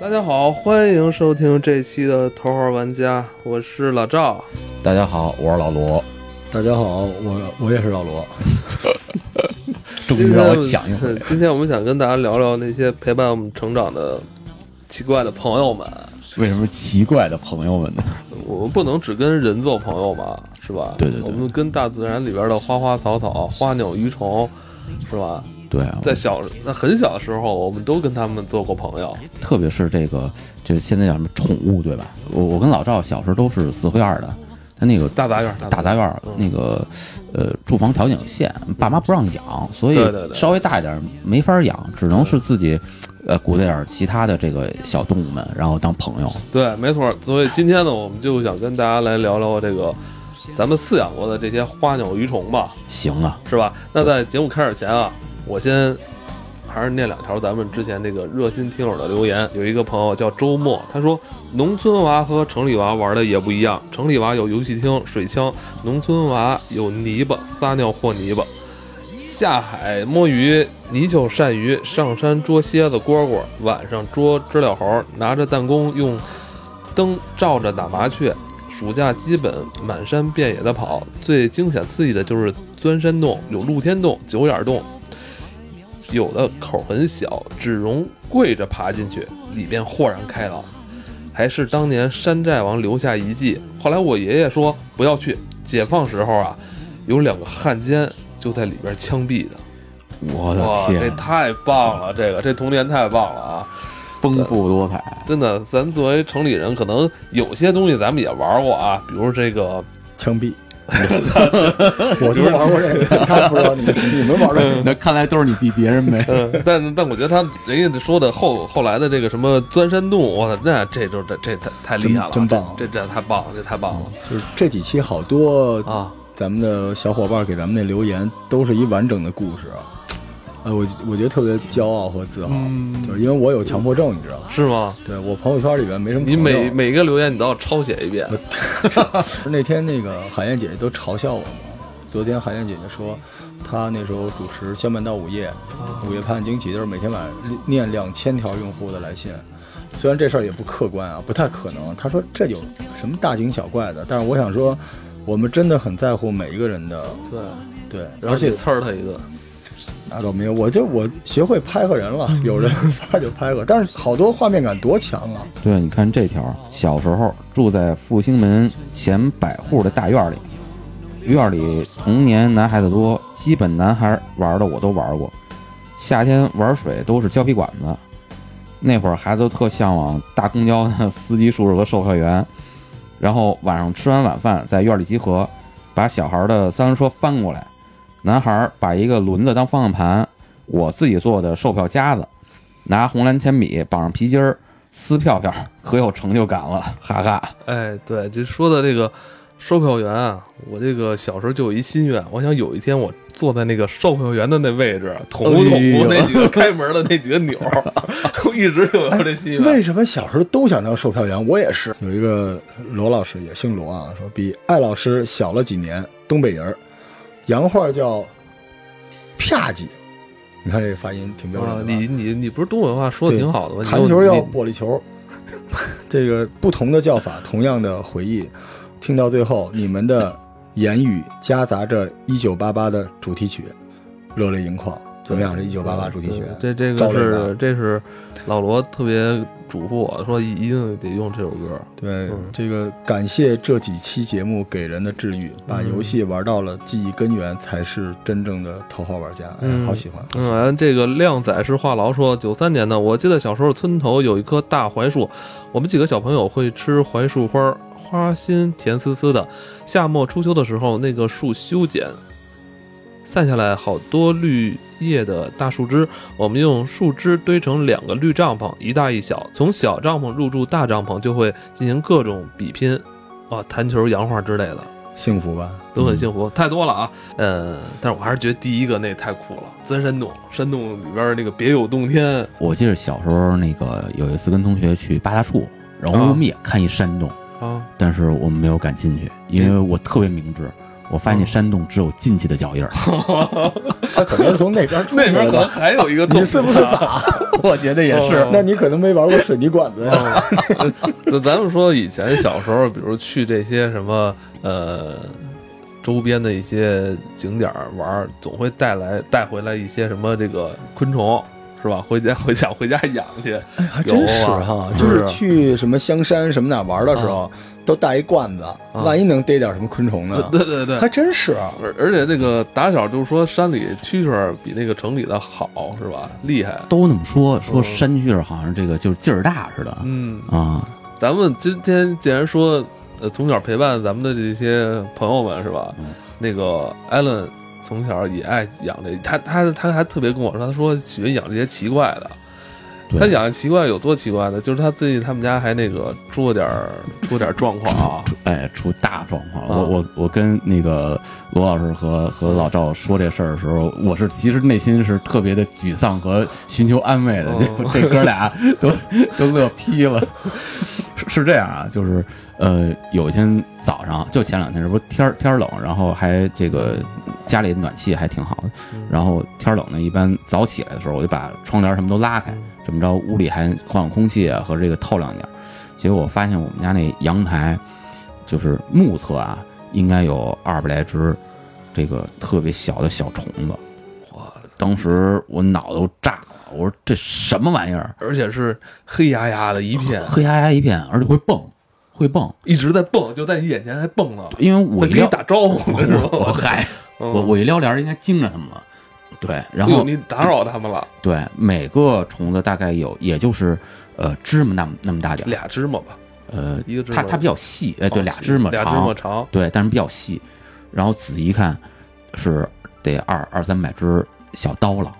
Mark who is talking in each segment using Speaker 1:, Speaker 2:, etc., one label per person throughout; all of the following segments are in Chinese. Speaker 1: 大家好，欢迎收听这期的《头号玩家》，我是老赵。
Speaker 2: 大家好，我是老罗，
Speaker 3: 大家好，我我也是老罗。
Speaker 2: 终于让我抢一回
Speaker 1: 今天今天我们想跟大家聊聊那些陪伴我们成长的奇怪的朋友们。
Speaker 2: 为什么奇怪的朋友们呢？
Speaker 1: 我们不能只跟人做朋友嘛，是吧？
Speaker 2: 对对
Speaker 1: 我
Speaker 2: 对
Speaker 1: 们跟大自然里边的花花草草、花鸟鱼虫，是吧？
Speaker 2: 对啊，
Speaker 1: 在小在很小的时候，我们都跟他们做过朋友。
Speaker 2: 特别是这个，就是现在叫什么宠物，对吧？我我跟老赵小时候都是四合院的，他那个
Speaker 1: 大杂院大杂院
Speaker 2: 大杂院儿那个呃住房条件有限，爸妈不让养，所以
Speaker 1: 对对对
Speaker 2: 稍微大一点儿没法养，只能是自己呃鼓捣点儿其他的这个小动物们，然后当朋友。
Speaker 1: 对，没错。所以今天呢，我们就想跟大家来聊聊这个咱们饲养过的这些花鸟鱼虫吧。
Speaker 2: 行啊，
Speaker 1: 是吧？那在节目开始前啊，我先还是念两条咱们之前那个热心听友的留言。有一个朋友叫周末，他说农村娃和城里娃玩的也不一样，城里娃有游戏厅、水枪，农村娃有泥巴撒尿和泥巴。下海摸鱼，泥鳅、鳝鱼；上山捉蝎子、蝈蝈；晚上捉知了猴，拿着弹弓用灯照着打麻雀。暑假基本满山遍野的跑，最惊险刺激的就是钻山洞，有露天洞、九眼洞，有的口很小，只容跪着爬进去，里边豁然开朗，还是当年山寨王留下遗迹。后来我爷爷说不要去，解放时候啊，有两个汉奸就在里边枪毙的。
Speaker 2: 我
Speaker 1: 哇，
Speaker 2: 的
Speaker 1: 这
Speaker 2: 天，
Speaker 1: 太棒了，这个这童年太棒了啊！
Speaker 2: 丰富多彩，
Speaker 1: 真的，咱作为城里人，可能有些东西咱们也玩过啊，比如这个
Speaker 3: 枪 毙！我就玩过这个，他不知道你们你们玩过这个。
Speaker 2: 那看来都是你比别人没。
Speaker 1: 嗯，但但我觉得他人家说的后后来的这个什么钻山洞，我操，那这就这这太太厉害了，
Speaker 3: 真真棒
Speaker 1: 这这这太棒了，这太棒了
Speaker 3: 就是这几期好多
Speaker 1: 啊！
Speaker 3: 咱们的小伙伴给咱们那留言，都是一完整的故事啊。呃，我我觉得特别骄傲和自豪，
Speaker 1: 嗯
Speaker 3: 就是因为我有强迫症，你知道吗？
Speaker 1: 是吗？
Speaker 3: 对我朋友圈里边没什么朋
Speaker 1: 你
Speaker 3: 友。啊
Speaker 1: 每每个留言你都要抄写一遍，
Speaker 3: 不是那天那个海燕姐姐都嘲笑我嘛。昨天海燕姐姐说，她那时候主持《相伴到午夜》，午夜盼惊奇，就是每天晚上念两千条用户的来信。虽然这事儿也不客观啊，不太可能。她说这有什么大惊小怪的？但是我想说，我们真的很在乎每一个人的
Speaker 1: 对，
Speaker 3: 对，
Speaker 1: 然后
Speaker 3: 而且
Speaker 1: 你刺儿他一顿，
Speaker 3: 那倒没有，我就我学会拍和人了，有人发就拍和，但是好多画面感多强啊！
Speaker 2: 对，你看这条，小时候住在复兴门前百户的大院里，院里童年男孩子多，基本男孩玩的我都玩过。夏天玩水都是胶皮管子，那会儿孩子都特向往大公交的司机叔叔和售票员。然后晚上吃完晚饭，在院里集合，把小孩的三轮车翻过来，男孩把一个轮子当方向盘，我自己做的售票夹子，拿红蓝铅笔绑上皮筋儿，撕票票，可有成就感了，哈哈！
Speaker 1: 哎，对，这说的这个售票员啊，我这个小时候就有一心愿，我想有一天我坐在那个售票员的那位置，捅咕捅咕那几个开门的那几个钮儿，我一直就有这心愿
Speaker 3: 哎为。什么小时候都想当售票员？我也是。有一个罗老师也姓罗啊，说比艾老师小了几年，东北人儿，洋话叫“啪叽”，你看这个发音挺标
Speaker 1: 啊，
Speaker 3: 准的吧。
Speaker 1: 你你你不是东北话说的挺好的吗？
Speaker 3: 弹球要
Speaker 1: 要
Speaker 3: 玻璃球， 这个不同的叫法，同样的回忆。听到最后，你们的言语夹杂着一九八八的主题曲，热泪盈眶。怎么样？这一九八八主题曲，
Speaker 1: 对这这
Speaker 3: 赵雷
Speaker 1: 个是
Speaker 3: 的
Speaker 1: 这是老罗特别嘱咐我说一一定得用这首歌。
Speaker 3: 对
Speaker 1: 嗯，
Speaker 3: 这个感谢这几期节目给人的治愈，把
Speaker 1: 嗯
Speaker 3: 游戏玩到了记忆根源，才是真正的头号玩家。哎
Speaker 1: 嗯，
Speaker 3: 好喜欢！好喜
Speaker 1: 嗯，
Speaker 3: 欢
Speaker 1: 完这个靓仔是话痨说，九三年的，我记得小时候村头有一棵大槐树，我们几个小朋友会吃槐树花儿，花心甜丝丝的。夏末初秋的时候，那个树修剪，散下来好多绿叶的大树枝，我们用树枝堆成两个绿帐篷，一大一小。从小帐篷入住大帐篷，就会进行各种比拼，啊，弹球、洋花之类的。
Speaker 3: 幸福吧？
Speaker 1: 都很幸福，太多了啊。呃，但是我还是觉得第一个那太酷了，钻山洞，山洞里边儿那个别有洞天，
Speaker 2: 我记得小时候那个有一次跟同学去八大处，啊然后我们也看一山洞，
Speaker 1: 啊，
Speaker 2: 但是我们没有敢进去，因为我特别明智，我发现那山洞只有进去的脚印儿，
Speaker 3: 他可能是从那边 出
Speaker 1: 那
Speaker 3: 来
Speaker 1: 边
Speaker 3: 的
Speaker 1: 可能
Speaker 3: 吧。
Speaker 1: 还有一个洞啊
Speaker 3: 你是不是傻？
Speaker 2: 我觉得也
Speaker 1: 是
Speaker 3: 那你可能没玩过水泥管子呀。
Speaker 1: 嗯咱咱们说以前小时候，比如去这些什么呃周边的一些景点儿玩儿，总会带来带回来一些什么这个昆虫，是吧？回家回想回家养去，
Speaker 3: 还哎真是
Speaker 1: 有啊
Speaker 3: 哈，就是啊嗯去什么香山什么哪玩的时候，都带一罐子，万一能逮点什么昆虫呢？
Speaker 1: 对对对
Speaker 3: 啊还。真是，
Speaker 1: 而而且这个打小就说山里蛐蛐儿比那个城里的好，是吧？厉害。
Speaker 2: 都那么说，说山蛐儿好像这个就是劲儿大似的
Speaker 1: 嗯，
Speaker 2: 啊。
Speaker 1: 咱们今天既然说，呃，从小陪伴咱们的这些朋友们是吧？
Speaker 2: 嗯
Speaker 1: 那个艾伦从小也爱养这，他他他还特别跟我说，他说喜欢养这些奇怪的。
Speaker 2: 对
Speaker 1: 他养的奇怪有多奇怪呢？就是他最近他们家还那个出了点儿出了点儿状况 啊。
Speaker 2: 哎，出大状况了！
Speaker 1: 啊
Speaker 2: 我我我跟那个罗老师和和老赵说这事儿的时候，我是其实内心是特别的沮丧和寻求安慰的，
Speaker 1: 哦
Speaker 2: 结果这哥俩都都乐劈了。是是这样啊，就是呃，有一天早上，就前两天，这不是天儿天儿冷，然后还这个家里的暖气还挺好的，然后天儿冷呢，一般早起来的时候，我就把窗帘什么都拉开，这么着屋里还换换空气啊和这个透亮点儿。结果我发现我们家那阳台，就是目测啊，应该有二百来只这个特别小的小虫子。
Speaker 1: 哇，
Speaker 2: 当时我脑子都炸了，我说这什么玩意儿？
Speaker 1: 而且是黑压压的一片，
Speaker 2: 黑压压一片，而且会蹦，会蹦。
Speaker 1: 一直在蹦，就在你眼前还蹦呢。
Speaker 2: 因为
Speaker 1: 他
Speaker 2: 我
Speaker 1: 给
Speaker 2: 一
Speaker 1: 你
Speaker 2: 撩，
Speaker 1: 打招呼呢，是吧？
Speaker 2: 我嗨，
Speaker 1: 嗯
Speaker 2: 我我一撩帘儿应该惊着他们了。对，然
Speaker 1: 哎呦
Speaker 2: 后
Speaker 1: 你打扰他们了，
Speaker 2: 对每个虫子大概有，也就是呃芝麻那么那么大点儿，
Speaker 1: 俩芝麻吧，
Speaker 2: 呃，
Speaker 1: 一个芝麻。
Speaker 2: 它它比较细，哎，对，
Speaker 1: 哦
Speaker 2: 俩芝麻
Speaker 1: 俩芝麻长，
Speaker 2: 对，但是比较细。然后仔细一看，是得二二三百只小刀了，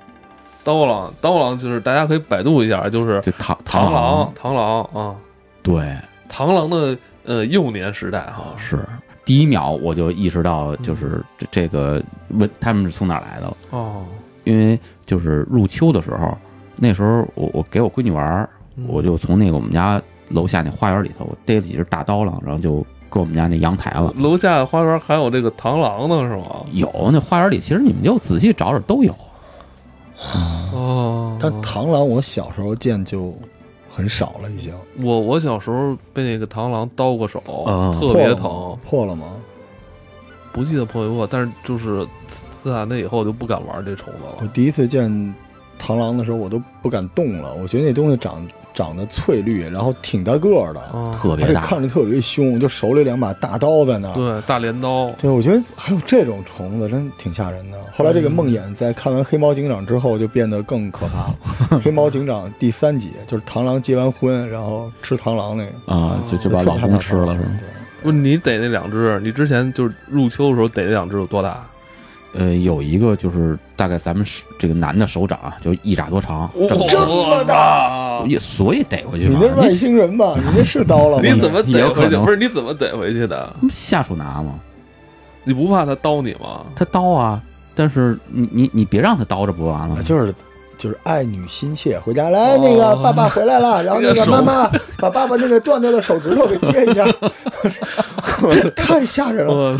Speaker 1: 刀郎，刀郎就是大家可以百度一下，就是
Speaker 2: 就螳
Speaker 1: 螳
Speaker 2: 螂
Speaker 1: 螂，，螳螂啊，
Speaker 2: 对，
Speaker 1: 螳螂的呃幼年时代啊哈，
Speaker 2: 是。第一秒我就意识到，就是这这个问他们是从哪儿来的了，
Speaker 1: 哦，
Speaker 2: 因为就是入秋的时候，那时候我我给我闺女玩儿，
Speaker 1: 嗯
Speaker 2: 我就从那个我们家楼下那花园里头，我逮了几只大刀郎，然后就搁我们家那阳台了。
Speaker 1: 楼下花园还有这个螳螂呢，是吗？
Speaker 2: 有那花园里，其实你们就仔细找找都有。
Speaker 1: 哦，
Speaker 3: 但螳螂我小时候见就很少了，已经
Speaker 1: 我我小时候被那个螳螂叨过手，
Speaker 2: 嗯
Speaker 1: 特
Speaker 3: 破
Speaker 1: 别
Speaker 3: 了吗
Speaker 1: 疼，
Speaker 3: 破了吗？
Speaker 1: 不记得破没破，但是就是自自打那以后就不敢玩这虫子
Speaker 3: 我
Speaker 1: 了。
Speaker 3: 第一次见螳螂的时候，我都不敢动了。我觉得那东西长长得翠绿，然后挺大个儿的，
Speaker 1: 哦
Speaker 2: 特别
Speaker 3: 而且
Speaker 2: 大，
Speaker 3: 看着特别凶，就手里两把大刀在那儿。
Speaker 1: 对，大镰刀，
Speaker 3: 对，我觉得还有这种虫子，真挺吓人的。后来这个梦魇在看完《黑猫警长》之后就变得更可怕了， 《黑猫警长》第三集就是螳螂结完婚然后吃螳螂那个，
Speaker 2: 啊、就就把
Speaker 3: 特
Speaker 2: 老
Speaker 3: 别害
Speaker 2: 公
Speaker 3: 怕
Speaker 2: 吃
Speaker 3: 螳
Speaker 2: 了
Speaker 3: 螂
Speaker 2: 是吗？？
Speaker 3: 对
Speaker 1: 不是你逮那两只，你之前就是入秋的时候逮那两只有多大？
Speaker 2: 呃，有一个就是大概咱们手这个男的手掌啊，就一拃多长，这么
Speaker 1: 这
Speaker 2: 长，
Speaker 1: 么大
Speaker 2: 也所以逮回去
Speaker 3: 你
Speaker 2: 嘛。
Speaker 3: 那是外星人吧？你那是刀了吗？
Speaker 1: 哦你怎么
Speaker 2: 也
Speaker 1: 逮
Speaker 2: 有
Speaker 1: 回
Speaker 2: 可
Speaker 1: 去？
Speaker 2: 能
Speaker 1: 不是你怎么逮回去的？
Speaker 2: 你下手拿嘛，
Speaker 1: 你不怕它叨你吗？
Speaker 2: 他刀啊，但是你你你别让他刀着不完
Speaker 1: 啊
Speaker 2: 了吗。
Speaker 3: 啊就是就是爱女心切，回家来那
Speaker 1: 哦
Speaker 3: 个爸爸回来了，然后那
Speaker 1: 这
Speaker 3: 个
Speaker 1: 个
Speaker 3: 妈
Speaker 1: 手
Speaker 3: 妈把爸爸那个断掉的手指头给接一 下，这太吓人了。
Speaker 1: 嗯，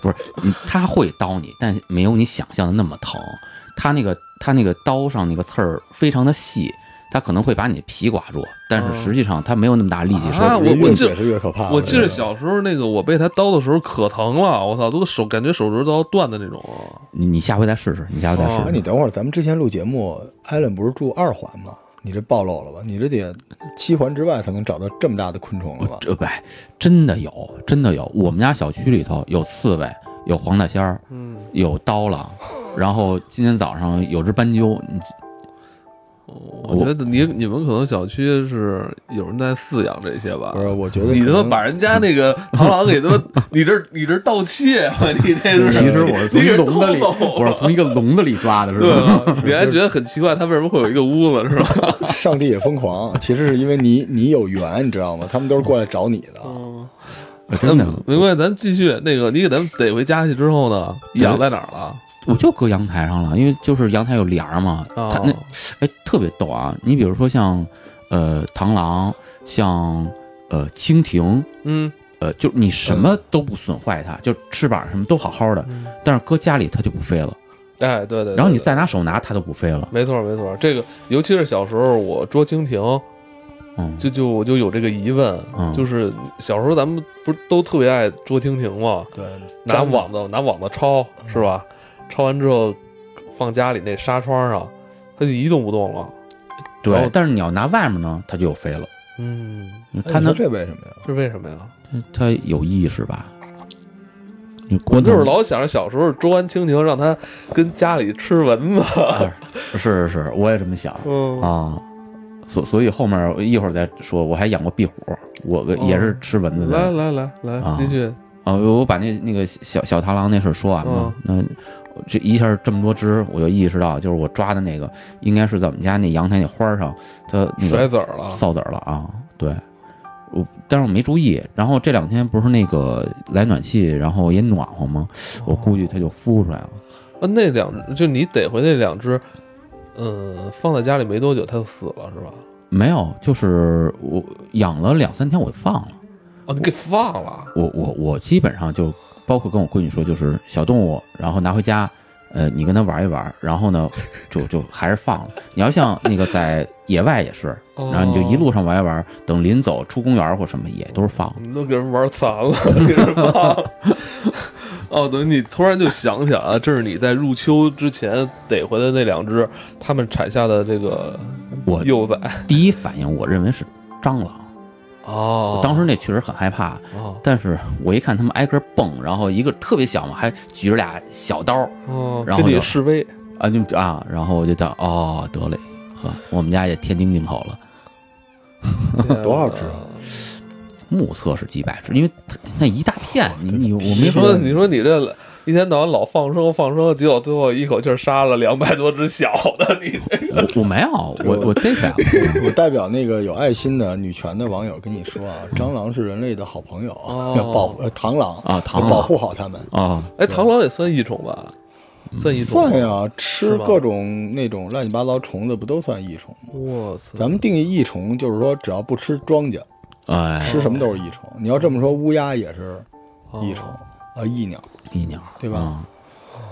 Speaker 2: 不是，你他会刀你，但没有你想象的那么疼。他那个他那个刀上那个刺儿非常的细，他可能会把你皮刮住，但是实际上他没有那么大力气。说
Speaker 1: 哦啊我
Speaker 3: 人
Speaker 1: 我
Speaker 3: 越
Speaker 1: 记
Speaker 3: 解释越可怕。
Speaker 1: 我记得小时候那个我被它叨的时候可疼了，我操，都手感觉手指头都要断的那种啊。
Speaker 2: 你你下回再试试，你下回再试
Speaker 1: 哦
Speaker 3: 哎，
Speaker 2: 试。
Speaker 3: 你等会儿，咱们之前录节目，艾伦不是住二环吗？你这暴露了吧？你这得七环之外才能找到这么大的昆虫了吧？
Speaker 2: 这哎，真的有，真的有。我们家小区里头有刺猬，有黄大仙儿，
Speaker 1: 嗯，
Speaker 2: 有刀了，然后今天早上有只斑鸠，你
Speaker 1: 我觉得你你们可能小区是有人在饲养这些吧
Speaker 3: 不？是，我觉得
Speaker 1: 你
Speaker 3: 可
Speaker 1: 他妈
Speaker 3: 能
Speaker 1: 把人家那个螳螂给他 妈，你这你这盗窃啊！你这是
Speaker 2: 其实我是从
Speaker 1: 你
Speaker 2: 一
Speaker 1: 是
Speaker 2: 笼子里，
Speaker 1: 偷走
Speaker 2: 我是从一个笼子里抓的，是
Speaker 1: 对
Speaker 2: 吧？
Speaker 1: 啊，你还觉得很奇怪，它为什么会有一个屋子是吧？
Speaker 3: 上帝也疯狂，其实是因为你你有缘，你知道吗？他们都是过来找你的。
Speaker 2: 真的，
Speaker 1: 没关系，咱们继续。那个，你给咱们逮回家去之后呢，养在哪儿了？
Speaker 2: 我就搁阳台上了，因为就是阳台有帘儿嘛。它那
Speaker 1: 哦，
Speaker 2: 哎特别逗啊！你比如说像呃螳螂，像呃蜻蜓，
Speaker 1: 嗯，
Speaker 2: 呃，就你什么都不损坏它，就翅膀什么都好好的，
Speaker 1: 嗯
Speaker 2: 但是搁家里它就不飞了。
Speaker 1: 哎，对对对
Speaker 2: 然后你
Speaker 1: 对
Speaker 2: 再拿手拿，它都不飞了。
Speaker 1: 没错没错，这个尤其是小时候我捉蜻蜓，
Speaker 2: 嗯，
Speaker 1: 呃就就我就有这个疑问，
Speaker 2: 嗯
Speaker 1: 就是小时候咱们不是都特别爱捉蜻蜓吗？
Speaker 3: 对，
Speaker 1: 拿网子拿网子抄
Speaker 2: 嗯
Speaker 1: 是吧？抄完之后放家里那纱窗上，它就一动不动了。然后
Speaker 2: 对。但是你要拿外面呢，它就又飞了。
Speaker 1: 嗯，
Speaker 2: 它
Speaker 3: 哎你说
Speaker 2: 能，
Speaker 3: 这为什么呀？
Speaker 1: 是为什么呀？
Speaker 2: 它有意识吧？你
Speaker 1: 我
Speaker 2: 关
Speaker 1: 就是老想着小时候捉完蜻蜓，让它跟家里吃蚊子。
Speaker 2: 是是是，我也这么想。
Speaker 1: 嗯，
Speaker 2: 啊，所所以后面我一会儿再说。我还养过壁虎，我个
Speaker 1: 哦
Speaker 2: 也是吃蚊子的
Speaker 1: 来来来来，
Speaker 2: 啊
Speaker 1: 继续。
Speaker 2: 啊。我把那那个小小螳螂那事儿说完了。
Speaker 1: 嗯
Speaker 2: 那这一下这么多只，我就意识到，就是我抓的那个应该是在我们家那阳台那花儿上，它那
Speaker 1: 甩
Speaker 2: 个
Speaker 1: 籽儿了。
Speaker 2: 扫籽儿了啊。对，我但是我没注意。然后这两天不是那个来暖气，然后也暖和吗？我估计它就孵出来了。
Speaker 1: 啊，那两就你逮回那两只，嗯，放在家里没多久它就死了是吧？
Speaker 2: 没有，就是我养了两三天，我放了。
Speaker 1: 哦，你给放了。
Speaker 2: 我我我基本上就包括跟我闺女说，就是小动物，然后拿回家，呃，你跟它玩一玩，然后呢，就就还是放了。你要像那个在野外也是，
Speaker 1: 哦
Speaker 2: 然后你就一路上玩一玩，等临走出公园或什么也都是放了。
Speaker 1: 你都给人玩残了，给人忘了。哦，等于你突然就想起来了，这是你在入秋之前逮回的那两只，它们产下的这个
Speaker 2: 我
Speaker 1: 幼崽。
Speaker 2: 第一反应我认为是蟑螂，
Speaker 1: 哦
Speaker 2: 我当时那确实很害怕，
Speaker 1: 哦
Speaker 2: 但是我一看它们挨个蹦，然后一个特别小嘛，还举着俩小刀
Speaker 1: 哦，
Speaker 2: 然后
Speaker 1: 跟你
Speaker 2: 就
Speaker 1: 示 威。
Speaker 2: 啊就啊，然后我就当哦得嘞，呵，我们家也天津进口了。
Speaker 3: 多少只啊
Speaker 1: 啊？
Speaker 2: 目测是几百只，因为它那一大片，你你我
Speaker 1: 你
Speaker 2: 没说
Speaker 1: 说，你说你这一天到晚老放生放生，结果最后一口气儿杀了两百多只小的，你
Speaker 2: 呃我我没有，我我逮起来了，
Speaker 3: 我代表那个有爱心的女权的网友跟你说啊，蟑螂是人类的好朋友，
Speaker 1: 哦
Speaker 3: 要保护呃螳螂
Speaker 2: 啊螳螂
Speaker 3: 要保护好它们。
Speaker 2: 啊，
Speaker 1: 哎，螳螂也算异虫吧？
Speaker 2: 嗯
Speaker 1: 算异虫？
Speaker 3: 算！呀，吃
Speaker 1: 是吧
Speaker 3: 各种那种乱七八糟虫子不都算益虫吗？
Speaker 1: 哇塞！
Speaker 3: 咱们定义益虫就是说，只要不吃庄稼，
Speaker 2: 哎，
Speaker 3: 吃什么都是益虫。你要这么说，乌鸦也是益虫
Speaker 1: 哦
Speaker 3: 啊，益鸟。
Speaker 2: 一鸟
Speaker 3: 对吧
Speaker 2: 啊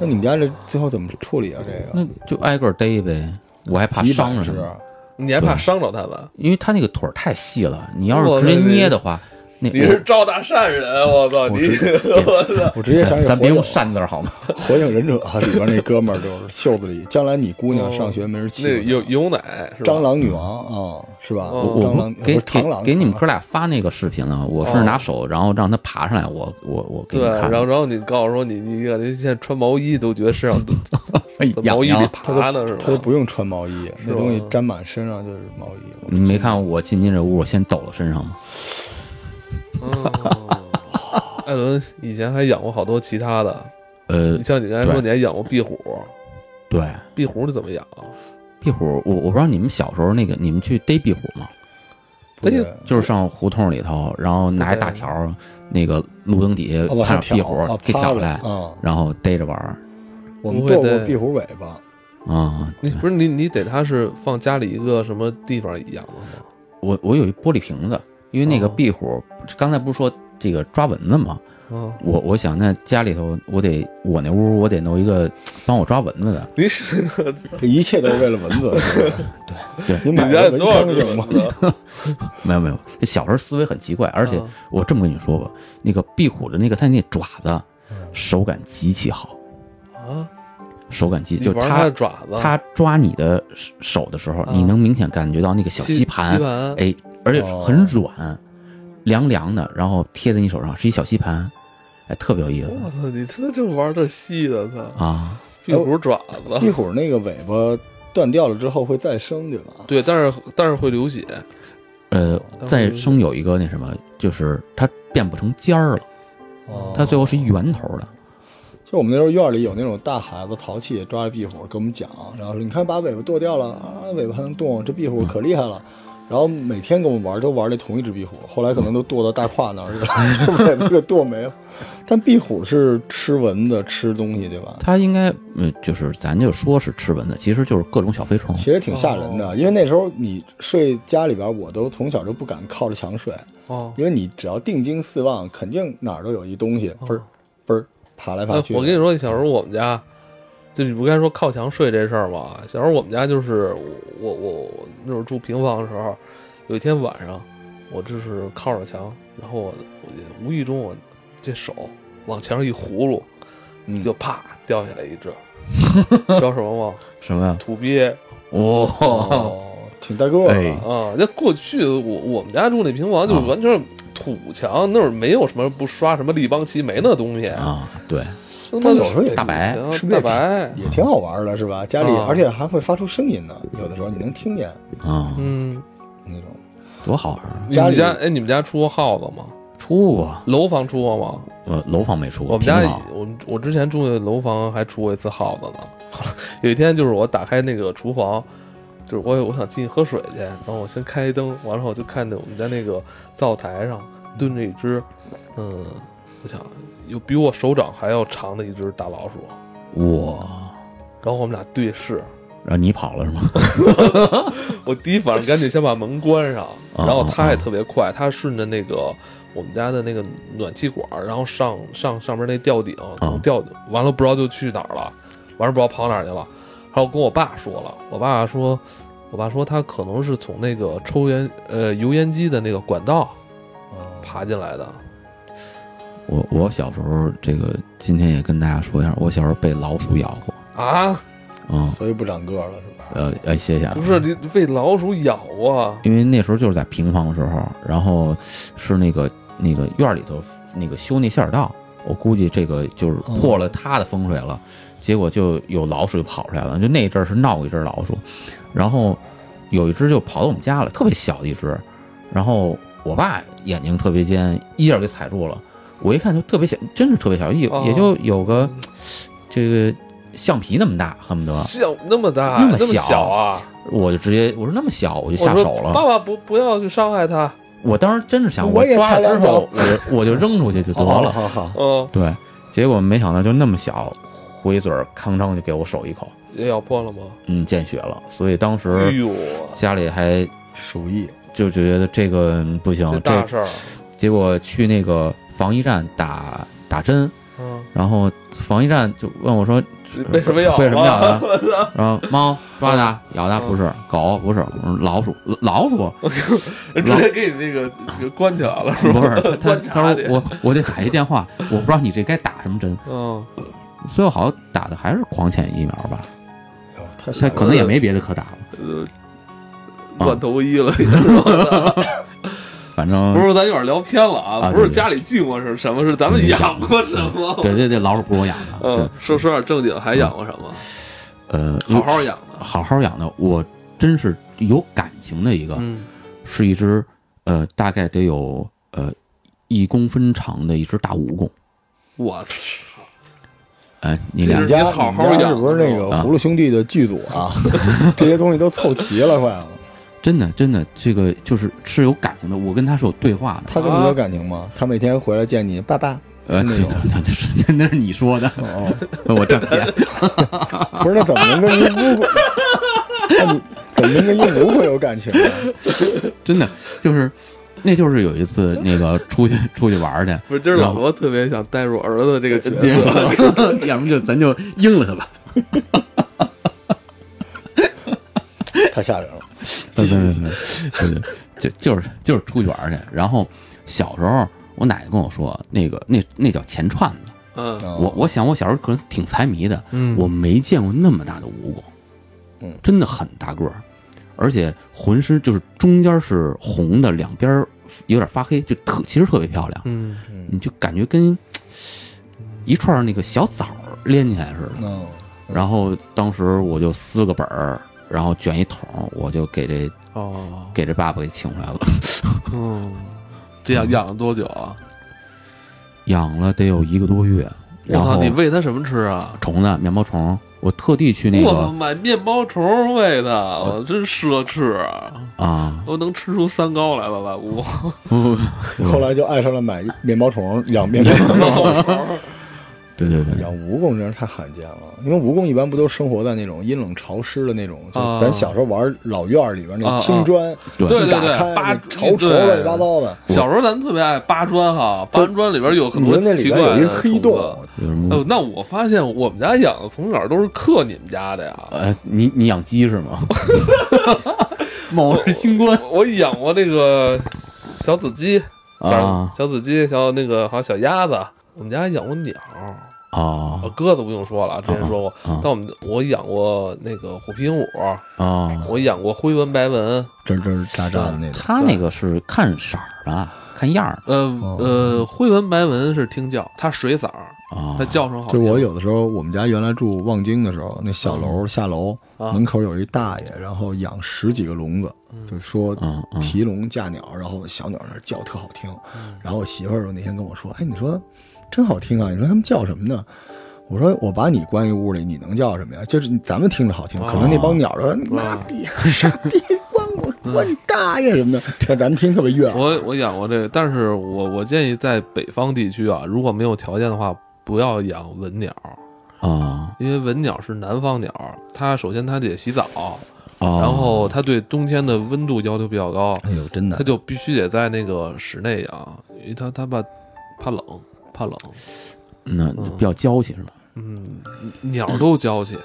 Speaker 3: 那你们家这最后怎么处理啊？这个
Speaker 2: 那就挨个逮呗，我还怕
Speaker 3: 几
Speaker 2: 伤
Speaker 3: 百
Speaker 2: 着
Speaker 3: 只
Speaker 2: 它， 们，
Speaker 1: 你还怕伤着它们？
Speaker 2: 因为它那个腿儿太细了，你要
Speaker 1: 我
Speaker 2: 是直接
Speaker 1: 那
Speaker 2: 捏的话，那
Speaker 1: 你是赵大善人，啊我操你！ 我操！
Speaker 3: 我直接想起
Speaker 2: 咱咱
Speaker 3: 火
Speaker 2: 别
Speaker 3: 影
Speaker 2: 用善字儿好吗？
Speaker 3: 火影忍者啊里边那哥们儿就是袖子里，将来你姑娘
Speaker 1: 哦
Speaker 3: 上学没人
Speaker 1: 那
Speaker 3: 欺负
Speaker 1: 有有奶是吧？
Speaker 3: 她，蟑螂女王啊，是吧？
Speaker 1: 哦
Speaker 2: 我
Speaker 3: 蟑
Speaker 2: 我
Speaker 3: 螂
Speaker 2: 给
Speaker 3: 不是
Speaker 2: 给
Speaker 3: 螳螂
Speaker 2: 给你们哥俩发那个视频了，我是
Speaker 1: 哦
Speaker 2: 拿手，然后让它爬上来，我我我给你
Speaker 1: 对，
Speaker 2: 看，
Speaker 1: 然后然后你告诉我说你你感觉现在穿毛衣都觉得身上都
Speaker 2: 哎
Speaker 1: 在
Speaker 2: 痒
Speaker 1: 毛衣里
Speaker 2: 痒。
Speaker 1: 爬呢是吧？
Speaker 3: 他都不用穿毛衣，那
Speaker 1: 吧
Speaker 3: 东西沾满身上就是毛衣。我
Speaker 2: 你没看我进进这屋，我先抖了身上吗？
Speaker 1: 哦艾伦以前还养过好多其他的，
Speaker 2: 呃
Speaker 1: 你，像你刚才说
Speaker 2: 对
Speaker 1: 你还养过壁虎，
Speaker 2: 对，
Speaker 1: 壁虎你怎么养啊？
Speaker 2: 壁虎，我我不知道你们小时候那个，你们去逮壁虎吗？
Speaker 3: 不
Speaker 1: 哎
Speaker 3: 对
Speaker 1: 呦
Speaker 2: 就是上胡同里头，然后拿一大条儿，那个路灯底
Speaker 3: 哦往
Speaker 2: 下看
Speaker 3: 上
Speaker 2: 着壁
Speaker 3: 挑
Speaker 2: 虎
Speaker 3: 啊，
Speaker 2: 给
Speaker 3: 趴
Speaker 2: 挑
Speaker 3: 着
Speaker 2: 来，
Speaker 3: 啊！
Speaker 2: 然后逮着玩儿
Speaker 3: 我们
Speaker 1: 不会
Speaker 3: 剁过
Speaker 1: 的
Speaker 3: 壁虎尾巴，
Speaker 2: 啊。
Speaker 1: 你不是你你得它是放家里一个什么地方养的吗？
Speaker 2: 我我有一玻璃瓶子，因为那个
Speaker 1: 哦
Speaker 2: 壁虎，刚才不是说这个抓蚊子吗？
Speaker 1: 啊，
Speaker 2: 我我想在家里头，我得我那屋我得弄一个帮我抓蚊子的，
Speaker 1: 你是
Speaker 3: 这一切都是为了蚊子。是吧
Speaker 2: 对
Speaker 3: 你
Speaker 1: 你
Speaker 3: 买
Speaker 1: 家
Speaker 3: 个
Speaker 1: 有
Speaker 3: 蚊
Speaker 1: 多少
Speaker 3: 香
Speaker 1: 只
Speaker 3: 行吗？
Speaker 1: 蚊子？
Speaker 2: 没有没有，这小时候思维很奇怪，而且
Speaker 3: 嗯
Speaker 1: 啊
Speaker 2: 我这么跟你说吧，那个壁虎的那个它那爪子
Speaker 3: 嗯
Speaker 2: 手感极其好，
Speaker 1: 啊，
Speaker 2: 手感极
Speaker 1: 你
Speaker 2: 就
Speaker 1: 玩
Speaker 2: 它
Speaker 1: 的爪子，
Speaker 2: 它抓你的手手的时候，
Speaker 1: 啊
Speaker 2: 你能明显感觉到那个小吸盘，
Speaker 1: 吸盘，
Speaker 2: 哎，而且
Speaker 3: 哦
Speaker 2: 很软，凉凉的，然后贴在你手上是一小吸盘，哎，特别有意
Speaker 1: 我
Speaker 2: 思
Speaker 1: 操，你这就玩这细的，操，
Speaker 2: 啊！
Speaker 1: 壁虎爪
Speaker 3: 壁
Speaker 1: 子。
Speaker 3: 虎那个尾巴断掉了之后会再生，对吧？
Speaker 1: 对，但是但是会流血，
Speaker 2: 呃，
Speaker 1: 当
Speaker 2: 再
Speaker 1: 时
Speaker 2: 生有一个那什么，就是它变不成尖儿了，
Speaker 3: 哦
Speaker 2: 它最后是一圆头的。
Speaker 3: 就我们那时候院里有那种大孩子淘气，抓着壁虎跟我们讲，然后说你看把尾巴剁掉了啊，尾巴还能动，这壁虎可厉害了。然后每天跟我们玩都玩那同一只壁虎，后来可能都剁到大胯那儿去了， 就把那个剁没了。但壁虎是吃蚊子、吃东西，对吧？
Speaker 2: 它应该，嗯，就是咱就说是吃蚊子，其实就是各种小飞虫。
Speaker 3: 其实挺吓人
Speaker 1: 哦
Speaker 3: 的，因为那时候你睡家里边，我都从小就不敢靠着墙睡，
Speaker 1: 哦，
Speaker 3: 因为你只要定睛四望，肯定哪儿都有一东西，嘣儿嘣儿爬来爬去。
Speaker 1: 哦呃我跟你，说，小时候我们家，就你不该说靠墙睡这事儿吗？小时候我们家就是我我我那会儿住平房的时候，有一天晚上，我这是靠着墙，然后我我也无意中我这手往墙上一葫芦，
Speaker 3: 嗯，
Speaker 1: 就啪掉下来一只， 知道什么啊吗？
Speaker 2: 什么呀？
Speaker 1: 土鳖。
Speaker 2: 哦，
Speaker 3: 哦，挺带个儿
Speaker 2: 哎
Speaker 3: 的。
Speaker 1: 啊，那过去我我们家住那平房就是
Speaker 2: 啊
Speaker 1: 完全是土墙，那会儿没有什么不刷什么立邦漆，没那东西。
Speaker 2: 啊，对，
Speaker 1: 那
Speaker 3: 但有时候也
Speaker 2: 大白
Speaker 1: 行
Speaker 3: 是不
Speaker 1: 大
Speaker 3: 是也
Speaker 1: 白，
Speaker 3: 也挺好玩的，是吧？家里
Speaker 2: 嗯
Speaker 1: 啊
Speaker 3: 而且还会发出声音呢，有的时候你能听见
Speaker 2: 啊，
Speaker 1: 嗯，
Speaker 3: 那种。
Speaker 2: 多好玩啊！
Speaker 1: 你们家
Speaker 3: 家里
Speaker 1: 哎，你们家出过耗子吗？
Speaker 2: 出过，
Speaker 1: 楼房出过吗？
Speaker 2: 呃，楼房没出过，
Speaker 1: 我们家
Speaker 2: 平房
Speaker 1: 我我之前住的楼房还出过一次耗子呢。 有一天就是我打开那个厨房，就是我我想进去喝水去，然后我先开一灯，完了我就看见我们家那个灶台上蹲着一只，嗯，我想有比我手掌还要长的一只大老鼠，
Speaker 2: 哇，
Speaker 1: 然后我们俩对视，
Speaker 2: 然后你跑了是吗？
Speaker 1: 我第一反应赶紧先把门关上，
Speaker 2: 啊
Speaker 1: 然后他也特别快，他顺着那个我们家的那个暖气管，然后上上上面那吊顶，
Speaker 2: 啊
Speaker 1: 从吊顶完了不知道就去哪儿了，完了不知道跑哪儿去了，然后跟我爸说了，我爸说，我爸说他可能是从那个抽烟呃油烟机的那个管道
Speaker 3: 嗯
Speaker 1: 爬进来的，
Speaker 2: 我我小时候这个，今天也跟大家说一下，我小时候被老鼠咬过
Speaker 1: 啊，
Speaker 2: 啊、
Speaker 3: 所以不长个儿了，是吧？
Speaker 2: 呃呃，谢谢啊
Speaker 1: 不。是你被老鼠咬啊，
Speaker 2: 因为那时候就是在平房的时候，然后是那个那个院儿里头那个修那下水道，我估计这个就是
Speaker 1: 哦
Speaker 2: 破了他的风水了，结果就有老鼠就跑出来了，就那阵儿是闹过一只老鼠，然后有一只就跑到我们家了，特别小的一只，然后我爸眼睛特别尖，一下给踩住了，我一看就特别小，真是特别小，也
Speaker 1: 哦
Speaker 2: 也就有个这个橡皮那么大，恨不得
Speaker 1: 像那么大
Speaker 2: 那么
Speaker 1: 那么
Speaker 2: 小
Speaker 1: 小啊，
Speaker 2: 我就直接我说那么小我就
Speaker 1: 我
Speaker 2: 下
Speaker 1: 说
Speaker 2: 手了，
Speaker 1: 爸爸不不要去伤害它，
Speaker 2: 我当时真是想，
Speaker 3: 我也
Speaker 2: 抓了之后
Speaker 3: 踩两脚，哦
Speaker 2: 我就我就扔出去就得
Speaker 3: 好
Speaker 2: 了。
Speaker 3: 好好，
Speaker 1: 嗯，
Speaker 2: 对，结果没想到就那么小，回嘴儿吭哧就给我手一口，
Speaker 1: 也咬破了吗？
Speaker 2: 嗯，见血了。所以当
Speaker 1: 哎
Speaker 2: 时
Speaker 1: 呦，
Speaker 2: 家里还
Speaker 3: 鼠疫
Speaker 2: 就觉得这个嗯不行
Speaker 1: 这，大
Speaker 2: 这
Speaker 1: 事儿，
Speaker 2: 结果去那个防疫站打打针，
Speaker 1: 嗯，
Speaker 2: 然后防疫站就问我说
Speaker 1: 为什么要？
Speaker 2: 为什么咬
Speaker 1: 啊？
Speaker 2: 它？然后猫抓 的咬的
Speaker 1: 嗯
Speaker 2: 不是狗不是我说老鼠老鼠
Speaker 1: 直接给你那个给关起来了，是吧？
Speaker 2: 不是他
Speaker 1: 观察
Speaker 2: 他
Speaker 1: 你
Speaker 2: 说我我得打一电话，我不知道你这该打什么针。
Speaker 1: 嗯，
Speaker 2: 最后好像打的还是狂犬疫苗吧，
Speaker 3: 哎呦太吓
Speaker 2: 他
Speaker 1: 呃
Speaker 3: 人了
Speaker 2: 可能也没别的可打了，
Speaker 1: 乱头一 了，你知道吗
Speaker 2: 反正
Speaker 1: 不是，咱有点聊偏了啊，
Speaker 2: 啊
Speaker 1: 不是
Speaker 2: 对对
Speaker 1: 家里进过是什么，是咱们养过什么？
Speaker 2: 对对对，老鼠不是我养的，
Speaker 1: 嗯
Speaker 2: 对，，
Speaker 1: 说说点正经，还养过什么？
Speaker 2: 呃，
Speaker 1: 好好养的，
Speaker 2: 好好养的，我真是有感情的一个，
Speaker 1: 嗯，
Speaker 2: 是一只呃大概得有呃一公分长的一只大蜈蚣，
Speaker 1: 我操，
Speaker 2: 哎，你
Speaker 1: 这
Speaker 2: 俩
Speaker 3: 你
Speaker 1: 是
Speaker 3: 们家
Speaker 1: 你好好
Speaker 3: 你们家
Speaker 1: 养
Speaker 3: 是不是那个
Speaker 2: 啊
Speaker 3: 葫芦兄弟的剧组啊？ 这些东西都凑齐了，快了。
Speaker 2: 真的真的这个就是是有感情的，我跟他是有对话 的，
Speaker 3: 他跟你有感情
Speaker 2: 啊
Speaker 3: 吗？他每天回来见你，爸爸。
Speaker 2: 呃，
Speaker 3: 那
Speaker 2: 那
Speaker 3: 种
Speaker 2: 那是那是你说的，
Speaker 3: 哦，
Speaker 2: 我站偏，
Speaker 3: 不是，那怎么能跟一乌龟？ 那你怎么能跟一蜈蚣有感情呢？
Speaker 2: 真的就是。那就是有一次，那个出去出去玩儿去，
Speaker 1: 不是，这是老罗特别想带入儿子这个角色，
Speaker 2: 要么就咱就应了他吧。
Speaker 3: 太吓人了。
Speaker 2: 对对对对对，就就是就是出去玩儿去。然后小时候，我奶奶跟我说，那个那那叫钱串子。
Speaker 1: 嗯
Speaker 3: 哦
Speaker 2: 我我想我小时候可能挺财迷的，
Speaker 1: 嗯
Speaker 2: 我没见过那么大的蜈蚣，
Speaker 3: 嗯
Speaker 2: 真的很大个儿，而且浑身就是中间是红的，两边儿有点发黑，就特其实特别漂亮，
Speaker 1: 嗯，
Speaker 2: 你就感觉跟一串儿那个小枣儿连起来似的。
Speaker 3: 嗯，
Speaker 2: 然后当时我就撕个本儿，然后卷一桶，我就给这
Speaker 1: 哦，
Speaker 2: 给这爸爸给请回来了，
Speaker 1: 嗯，这养养了多久啊？
Speaker 2: 养了得有一个多月。
Speaker 1: 我
Speaker 2: 然
Speaker 1: 操，
Speaker 2: 后
Speaker 1: 你喂它什么吃啊？
Speaker 2: 虫子、面包虫，我特地去那
Speaker 1: 我操，
Speaker 2: 个
Speaker 1: 买面包虫喂它，
Speaker 3: 呃
Speaker 1: 我真奢侈啊！
Speaker 2: 啊，
Speaker 1: 我能吃出三高来吧，外屋
Speaker 2: 不不
Speaker 3: 后来就爱上了买面包虫，养面包虫。
Speaker 1: 面包虫
Speaker 2: 对对对，
Speaker 3: 养蜈蚣真是太罕见了，因为蜈蚣一般不都生活在那种阴冷潮湿的那种，就是咱小时候玩老院儿里边
Speaker 1: 啊
Speaker 3: 那青砖，
Speaker 2: 对
Speaker 1: 对
Speaker 3: 一
Speaker 1: 对
Speaker 3: 打
Speaker 1: 对
Speaker 3: 开
Speaker 1: 扒
Speaker 3: 那潮虫
Speaker 1: 对
Speaker 3: 乱七八糟的。
Speaker 1: 小时候咱们特别爱扒砖哈，扒完砖里边有很
Speaker 3: 你觉
Speaker 1: 多
Speaker 3: 得那里
Speaker 1: 奇
Speaker 3: 边
Speaker 1: 怪的
Speaker 3: 有一个黑
Speaker 1: 虫子
Speaker 3: 洞，
Speaker 2: 有什么？
Speaker 1: 哦，那我发现我们家养的从小都是克你们家的呀。
Speaker 2: 呃，你你养鸡是 吗？某是新冠
Speaker 1: 我我养过那个小子鸡，小
Speaker 2: 啊
Speaker 1: 小子鸡，小那个好像小鸭子。我们家养过鸟，
Speaker 2: 啊
Speaker 1: 呃鸽子不用说了，之前说过。
Speaker 2: 啊
Speaker 1: 但我们我养过那个虎皮鹦鹉，
Speaker 2: 啊！
Speaker 1: 我养过灰纹白纹，
Speaker 3: 吱吱喳喳的那种。
Speaker 2: 他那个是看色儿的，看样儿
Speaker 1: 呃
Speaker 3: 哦
Speaker 1: 呃，灰纹白纹是听叫，它水嗓儿，
Speaker 2: 的啊
Speaker 1: 它。叫声好
Speaker 3: 就
Speaker 1: 听。
Speaker 3: 是我有的时候，我们家原来住望京的时候，那小楼下楼
Speaker 1: 啊
Speaker 3: 门口有一大爷，然后养十几个笼子，就说
Speaker 1: 啊
Speaker 2: 嗯嗯
Speaker 3: 提笼架鸟，然后小鸟那儿叫特好听。
Speaker 1: 嗯
Speaker 3: 然后我媳妇儿那天跟我说：“哎，你说真好听啊！你说他们叫什么呢？”我说：“我把你关一屋里，你能叫什么呀？就是咱们听着好听，可能那
Speaker 1: 哦
Speaker 3: 帮鸟说你妈逼傻逼，关我关你大爷 什么的，但咱们听特别悦耳。”
Speaker 1: 我我养过这个，但是我我建议在北方地区啊，如果没有条件的话，不要养文鸟，
Speaker 2: 啊
Speaker 1: 因为文鸟是南方鸟，它首先它得洗澡，
Speaker 3: 哦
Speaker 2: 啊！
Speaker 1: 然后它对冬天的温度要求比较高，
Speaker 3: 哎呦，真的
Speaker 1: 它，就必须得在那个室内养，因为它它怕怕冷，怕冷。
Speaker 2: 那比较娇气是吧？
Speaker 1: 嗯，鸟都娇气，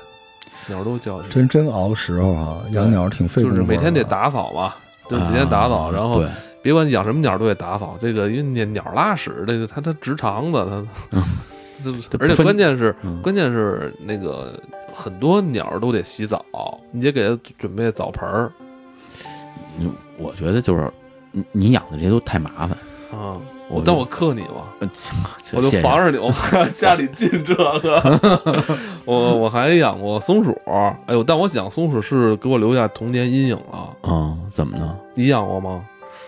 Speaker 1: 鸟都娇气，
Speaker 3: 真真熬时候啊，养鸟挺费
Speaker 1: 就
Speaker 3: 功夫
Speaker 1: 是
Speaker 3: 的，
Speaker 1: 每天得打扫嘛，就是每天打扫，
Speaker 2: 啊
Speaker 1: 然后
Speaker 2: 对
Speaker 1: 别管养什么鸟都得打扫。这个因为鸟鸟拉屎，这个它它直肠子， 它，这
Speaker 2: 嗯这不
Speaker 1: 而且
Speaker 2: 分
Speaker 1: 关键是
Speaker 2: 嗯
Speaker 1: 关键是那个很多鸟都得洗澡，你得给它准备澡盆儿
Speaker 2: 你我觉得就是你你养的这些都太麻烦。
Speaker 1: 啊。
Speaker 2: 我
Speaker 1: 但我克你嘛，
Speaker 2: 呃
Speaker 1: 我就
Speaker 2: 谢谢
Speaker 1: 防着你，我 怕家里进这个。 我我还养过松鼠，哎呦，但我养松鼠是给我留下童年阴影了。
Speaker 2: 啊，怎么呢？
Speaker 1: 你养过吗？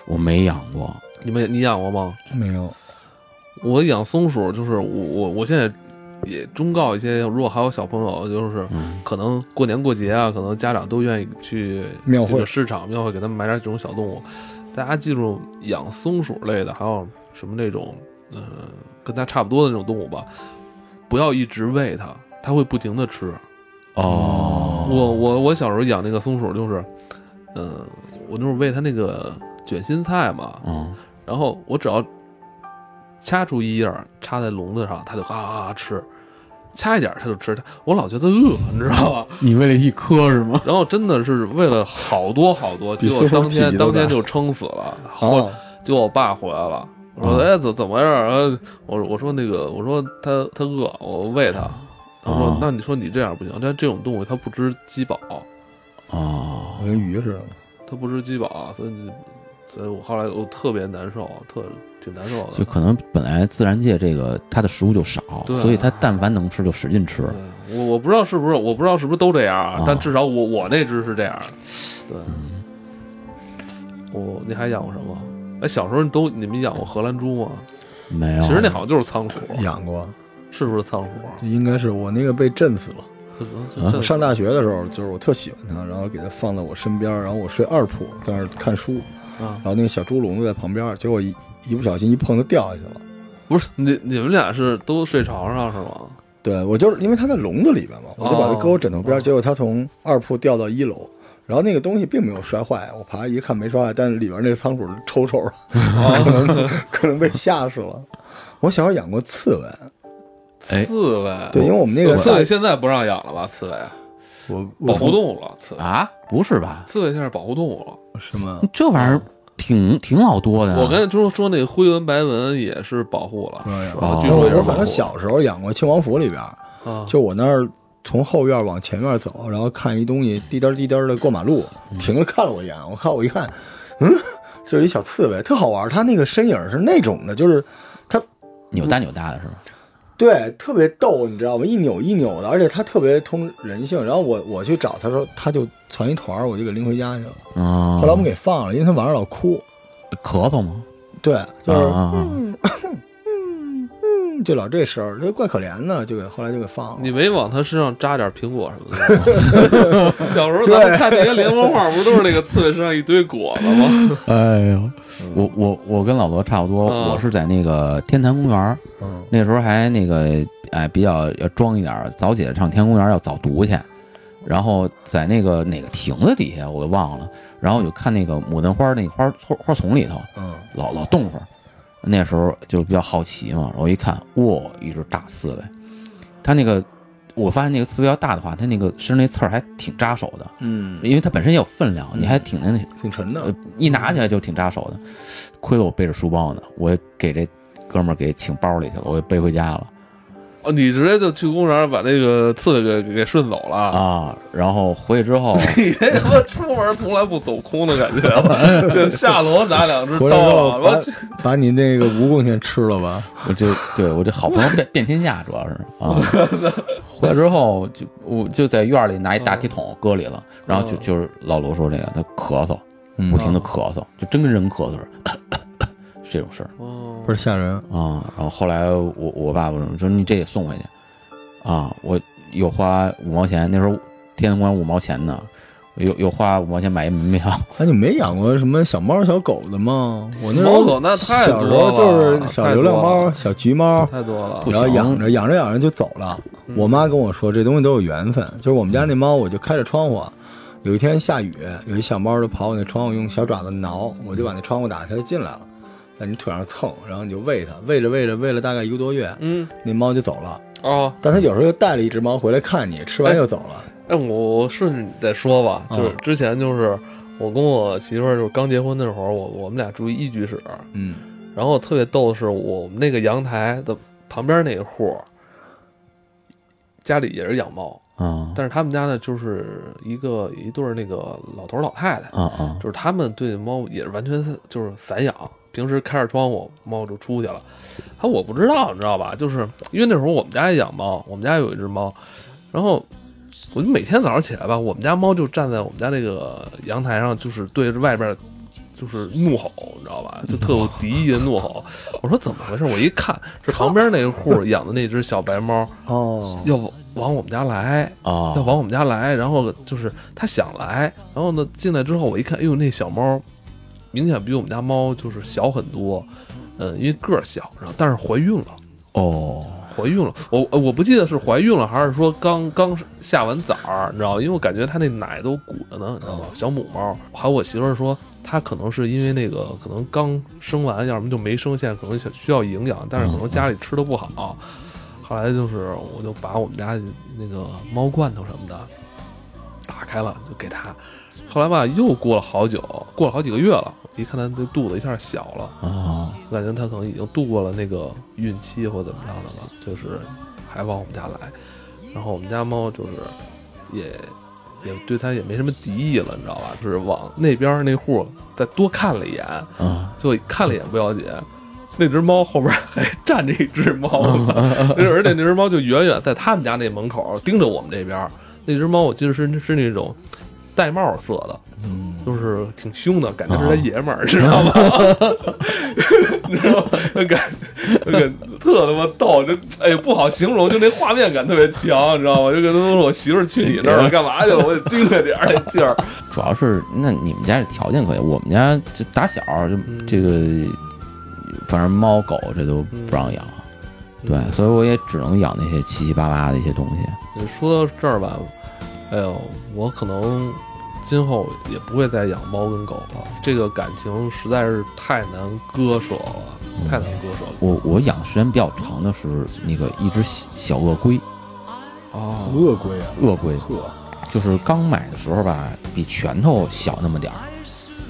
Speaker 2: 我没养过
Speaker 1: 你们你养过吗？
Speaker 3: 没有。
Speaker 1: 我养松鼠，就是我我我现在也忠告一些，如果还有小朋友，就是
Speaker 3: 嗯
Speaker 1: 可能过年过节啊，可能家长都愿意去
Speaker 3: 庙会
Speaker 1: 这个市场庙会给他们买点这种小动物。大家记住，养松鼠类的，还有什么那种呃跟它差不多的那种动物吧，不要一直喂它，它会不停的吃。
Speaker 2: 哦
Speaker 1: 我我我小时候养那个松鼠，就是，嗯、我那时候喂它那个卷心菜嘛，
Speaker 2: 嗯
Speaker 1: 然后我只要掐出一叶儿插在笼子上，它就啊啊啊吃，掐一点儿它就吃，它我老觉得饿，你知 道吧？
Speaker 2: 你为了一颗是吗？
Speaker 1: 然后真的是喂了好多好多，
Speaker 3: 比
Speaker 1: 结果
Speaker 3: 孙猴
Speaker 1: 当天
Speaker 3: 体积都
Speaker 1: 当天
Speaker 3: 大
Speaker 1: 就撑死了。后
Speaker 3: 哦，
Speaker 1: 结果我爸回来了，我说：“
Speaker 2: 啊
Speaker 1: 哎，怎怎么回事儿？”然后我我说那个我说它它饿，我喂它。他说
Speaker 2: 啊：“
Speaker 1: 那你说你这样不行，但这种动物它不知饥饱，
Speaker 2: 哦，
Speaker 3: 我跟鱼似的。
Speaker 1: 它不知饥饱，所以你所以我后来我特别难受，特挺难受的。
Speaker 2: 就可能本来自然界这个它的食物就少，
Speaker 1: 对
Speaker 2: 所以它但凡能吃就使劲吃。
Speaker 1: 对我我不知道是不是，我不知道是不是都这样啊
Speaker 2: 啊，
Speaker 1: 但至少我我那只是这样。对，我你还养过什么？哎，小时候你都你们养过荷兰猪吗？
Speaker 2: 没有，
Speaker 1: 其实那好像就是仓鼠，啊
Speaker 3: 养过，
Speaker 1: 是不是仓鼠？
Speaker 3: 这应该是我那个被震死了。
Speaker 1: 这这
Speaker 2: 啊
Speaker 1: 这
Speaker 3: 我上大学的时候，就是我特喜欢它，然后给它放在我身边，然后我睡二铺，在那儿看书，
Speaker 1: 啊
Speaker 3: 然，后那个小猪笼子在旁边，结果一一不小心一碰它掉下去了。
Speaker 1: 不是你你们俩是都睡床上是吗？
Speaker 3: 对我就是因为它在笼子里边嘛，我就把它搁我枕头边，
Speaker 1: 哦
Speaker 3: 结果它从二铺掉到一楼。然后那个东西并没有摔坏，我爬一看没摔坏，但是里边那仓鼠抽抽的，
Speaker 1: 哦
Speaker 3: 可能可能被吓死了。我小时候养过刺猬，
Speaker 2: 哎
Speaker 1: 刺猬，
Speaker 3: 对，因为我们那个
Speaker 1: 刺猬
Speaker 3: 大，
Speaker 1: 现在不让养了吧？刺猬
Speaker 3: 我
Speaker 1: 保
Speaker 3: 我
Speaker 1: 护
Speaker 3: 从
Speaker 1: 动物了，刺猬
Speaker 2: 啊，不是吧？
Speaker 1: 刺猬现在是保护动物了。
Speaker 3: 什么
Speaker 2: 这玩意儿挺挺老多的呀。啊
Speaker 1: 我刚才就说那灰纹白纹也是保护了
Speaker 3: 不知道养
Speaker 1: 啊，
Speaker 2: 哦
Speaker 1: 据
Speaker 3: 然后
Speaker 1: 说也是
Speaker 3: 我反
Speaker 1: 保护
Speaker 3: 正小时候养过清王府里边，
Speaker 1: 啊，
Speaker 3: 就我那儿从后院往前院走，然后看一东西滴颠儿滴颠的过马路，停了看了我一眼，我看我一看，嗯，就是一小刺猬，特好玩儿，它那个身影是那种的，就是它
Speaker 2: 扭大扭大的是吧？
Speaker 3: 对特别逗，你知道吗？一扭一扭的，而且它特别通人性。然后我我去找它时候，它就攒一团儿，我就给拎回家去了。
Speaker 2: 啊，
Speaker 3: 后来我们给放了，因为它晚上老哭，
Speaker 2: 咳嗽吗？啊
Speaker 3: 对，就是
Speaker 2: 啊啊啊
Speaker 3: 们嗯就老这事儿，这怪可怜的，就给后来就给放了。
Speaker 1: 你没往他身上扎点苹果什么的 吗？小时候咱们看那些连环画，不是都是那个刺猬身上一堆果子吗？
Speaker 2: 哎呦，我我我跟老罗差不多，
Speaker 1: 啊
Speaker 2: 我是在那个天坛公园儿，
Speaker 3: 嗯，
Speaker 2: 那时候还那个哎比较要装一点儿，早起来上天公园儿要早读去，然后在那个哪个亭子底下我给忘了，然后我就看那个牡丹花那个花花花丛里头，
Speaker 3: 嗯，
Speaker 2: 老老动会儿。那时候就比较好奇嘛，我一看，哇，一只大刺猬，它那个，我发现那个刺猬要大的话，它那个身上那刺儿还挺扎手的，
Speaker 3: 嗯，
Speaker 2: 因为它本身也有分量，
Speaker 3: 嗯
Speaker 2: 你还挺那
Speaker 3: 挺沉的
Speaker 2: 呃。，一拿起来就挺扎手的。亏了我背着书包呢，我给这哥们儿给请包里去了，我给背回家了
Speaker 1: 哦，你直接就去公园把那个刺猬给给顺走了啊！
Speaker 2: 啊。然后回去之后，
Speaker 1: 你这他妈出门从来不走空的感觉 啊，下楼拿两只
Speaker 3: 回来之
Speaker 1: 刀
Speaker 3: 后
Speaker 1: 啊，完
Speaker 3: 把把你那个蜈蚣先吃了吧。
Speaker 2: 我这对我这好朋友遍遍天下，主要是 啊。回来之后就我就在院里拿一大铁桶搁里了，然后就
Speaker 1: 嗯
Speaker 2: 就是老罗说这个，他咳嗽，
Speaker 3: 嗯
Speaker 2: 不停的咳嗽，就真跟人咳嗽似的，是这种事儿
Speaker 1: 哦
Speaker 3: 不是吓人，
Speaker 2: 啊。然后后来我我爸爸说说你这也送回去啊，我又花五毛钱，那时候天安门五毛钱呢，我又又花五毛钱买一门票，
Speaker 3: 哎，你没养过什么小猫小狗的吗？我那时
Speaker 1: 猫
Speaker 3: 候
Speaker 1: 狗那太
Speaker 3: 小时
Speaker 1: 多
Speaker 3: 候
Speaker 1: 了
Speaker 3: 就是小流浪
Speaker 1: 太多
Speaker 3: 猫、
Speaker 1: 了
Speaker 3: 小橘猫，
Speaker 1: 太多了
Speaker 2: 不，
Speaker 3: 然后
Speaker 2: 行
Speaker 3: 养着养着养着就走了。
Speaker 1: 嗯
Speaker 3: 我妈跟我说，这东西都有缘分。就是我们家那猫，我就开着窗户，啊有一天下雨，有一小猫就跑我那窗户，用小爪子挠，我就把那窗户打开，它就进来了，在你腿上蹭，然后你就喂它，喂着喂着喂了大概一个多月，
Speaker 1: 嗯
Speaker 3: 那猫就走了。
Speaker 1: 哦，
Speaker 3: 但它有时候又带了一只猫回来看你，吃完又走了。
Speaker 1: 哎，我我顺着再说吧，
Speaker 3: 啊
Speaker 1: 就是之前就是我跟我媳妇儿就是刚结婚那会儿，我我们俩住一居室，
Speaker 3: 嗯
Speaker 1: 然后特别逗的是，我们那个阳台的旁边那一户儿，家里也是养猫，
Speaker 2: 啊
Speaker 1: 但是他们家呢就是一个一对儿那个老头儿老太太，
Speaker 2: 啊啊
Speaker 1: 就是他们对猫也是完全是就是散养，平时开着窗户猫就出去了。啊，我不知道，你知道吧？就是因为那时候我们家也养猫，我们家有一只猫，然后我就每天早上起来吧，我们家猫就站在我们家那个阳台上，就是对着外边就是怒吼，你知道吧？就特有敌意的怒吼。我说怎么回事？我一看是旁边那户养的那只小白猫
Speaker 3: 哦，
Speaker 1: 要往往我们家来，
Speaker 2: 啊
Speaker 1: 要！往我们家来，然后就是它想来，然后呢进来之后我一看，哎呦那小猫明显比我们家猫就是小很多，嗯，因为个儿小，然后但是怀孕了，
Speaker 2: 哦，
Speaker 1: 怀孕了，我呃我不记得是怀孕了还是说刚刚下完崽儿，你知道吗，因为我感觉它那奶都鼓着呢，你知道吗？小母猫，还有我媳妇儿说。它可能是因为那个，可能刚生完，要么就没生，现在可能想需要营养，但是可能家里吃的不好。后来就是，我就把我们家那个猫罐头什么的，打开了就给他。后来吧，又过了好久，过了好几个月了，一看他这肚子一下小了，
Speaker 2: 啊
Speaker 1: 我感觉他可能已经度过了那个孕期或怎么着的了，就是还往我们家来。然后我们家猫就是也也对它也没什么敌意了，你知道吧？就是往那边儿那户再多看了一眼，
Speaker 2: 啊
Speaker 1: 就看了一眼不要紧，那只猫后边还站着一只猫呢，而且那只猫就远远在他们家那门口盯着我们这边儿。那只猫我记得是是那种玳瑁色的，就是挺凶的，感觉是他爷们儿，知道吗？你知道吗？那感那感特他妈逗，这哎不好形容，就那画面感特别强，你知道吗？就跟他说我媳妇儿去你那儿了，干嘛去了？我得盯着点儿那劲儿。
Speaker 2: 主要是那你们家这条件可以，我们家就打小就
Speaker 1: 嗯
Speaker 2: 这个，反正猫狗这都不让养，
Speaker 1: 嗯
Speaker 2: 对，所以我也只能养那些七七八八的一些东西。
Speaker 1: 你呃说到这儿吧，哎呦，我可能今后也不会再养猫跟狗了，这个感情实在是太难割舍了，太难
Speaker 2: 嗯
Speaker 1: 割舍了。
Speaker 2: 我我养的时间比较长的是那个一只小小鳄龟，
Speaker 1: 哦，
Speaker 3: 鳄龟啊，
Speaker 2: 鳄龟
Speaker 3: 呵，
Speaker 2: 就是刚买的时候吧，比拳头小那么点儿，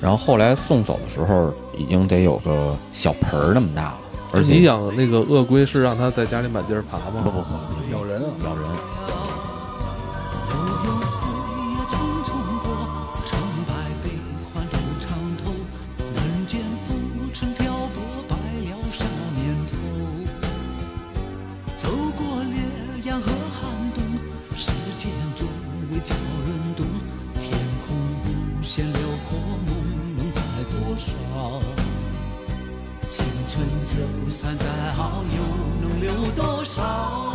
Speaker 2: 然后后来送走的时候已经得有个小盆儿那么大了，而且
Speaker 1: 你养那个鳄龟是让它在家里满地儿爬吗？
Speaker 2: 不不不
Speaker 3: 咬人啊！
Speaker 2: 咬人，
Speaker 4: 悠悠岁月匆匆过，成败悲欢路长透。人间浮尘漂泊，白了少年头。走过烈阳和寒冬，世间终未叫人懂。天空无限辽阔，梦能带多少？青春就算再好，又能留有多少？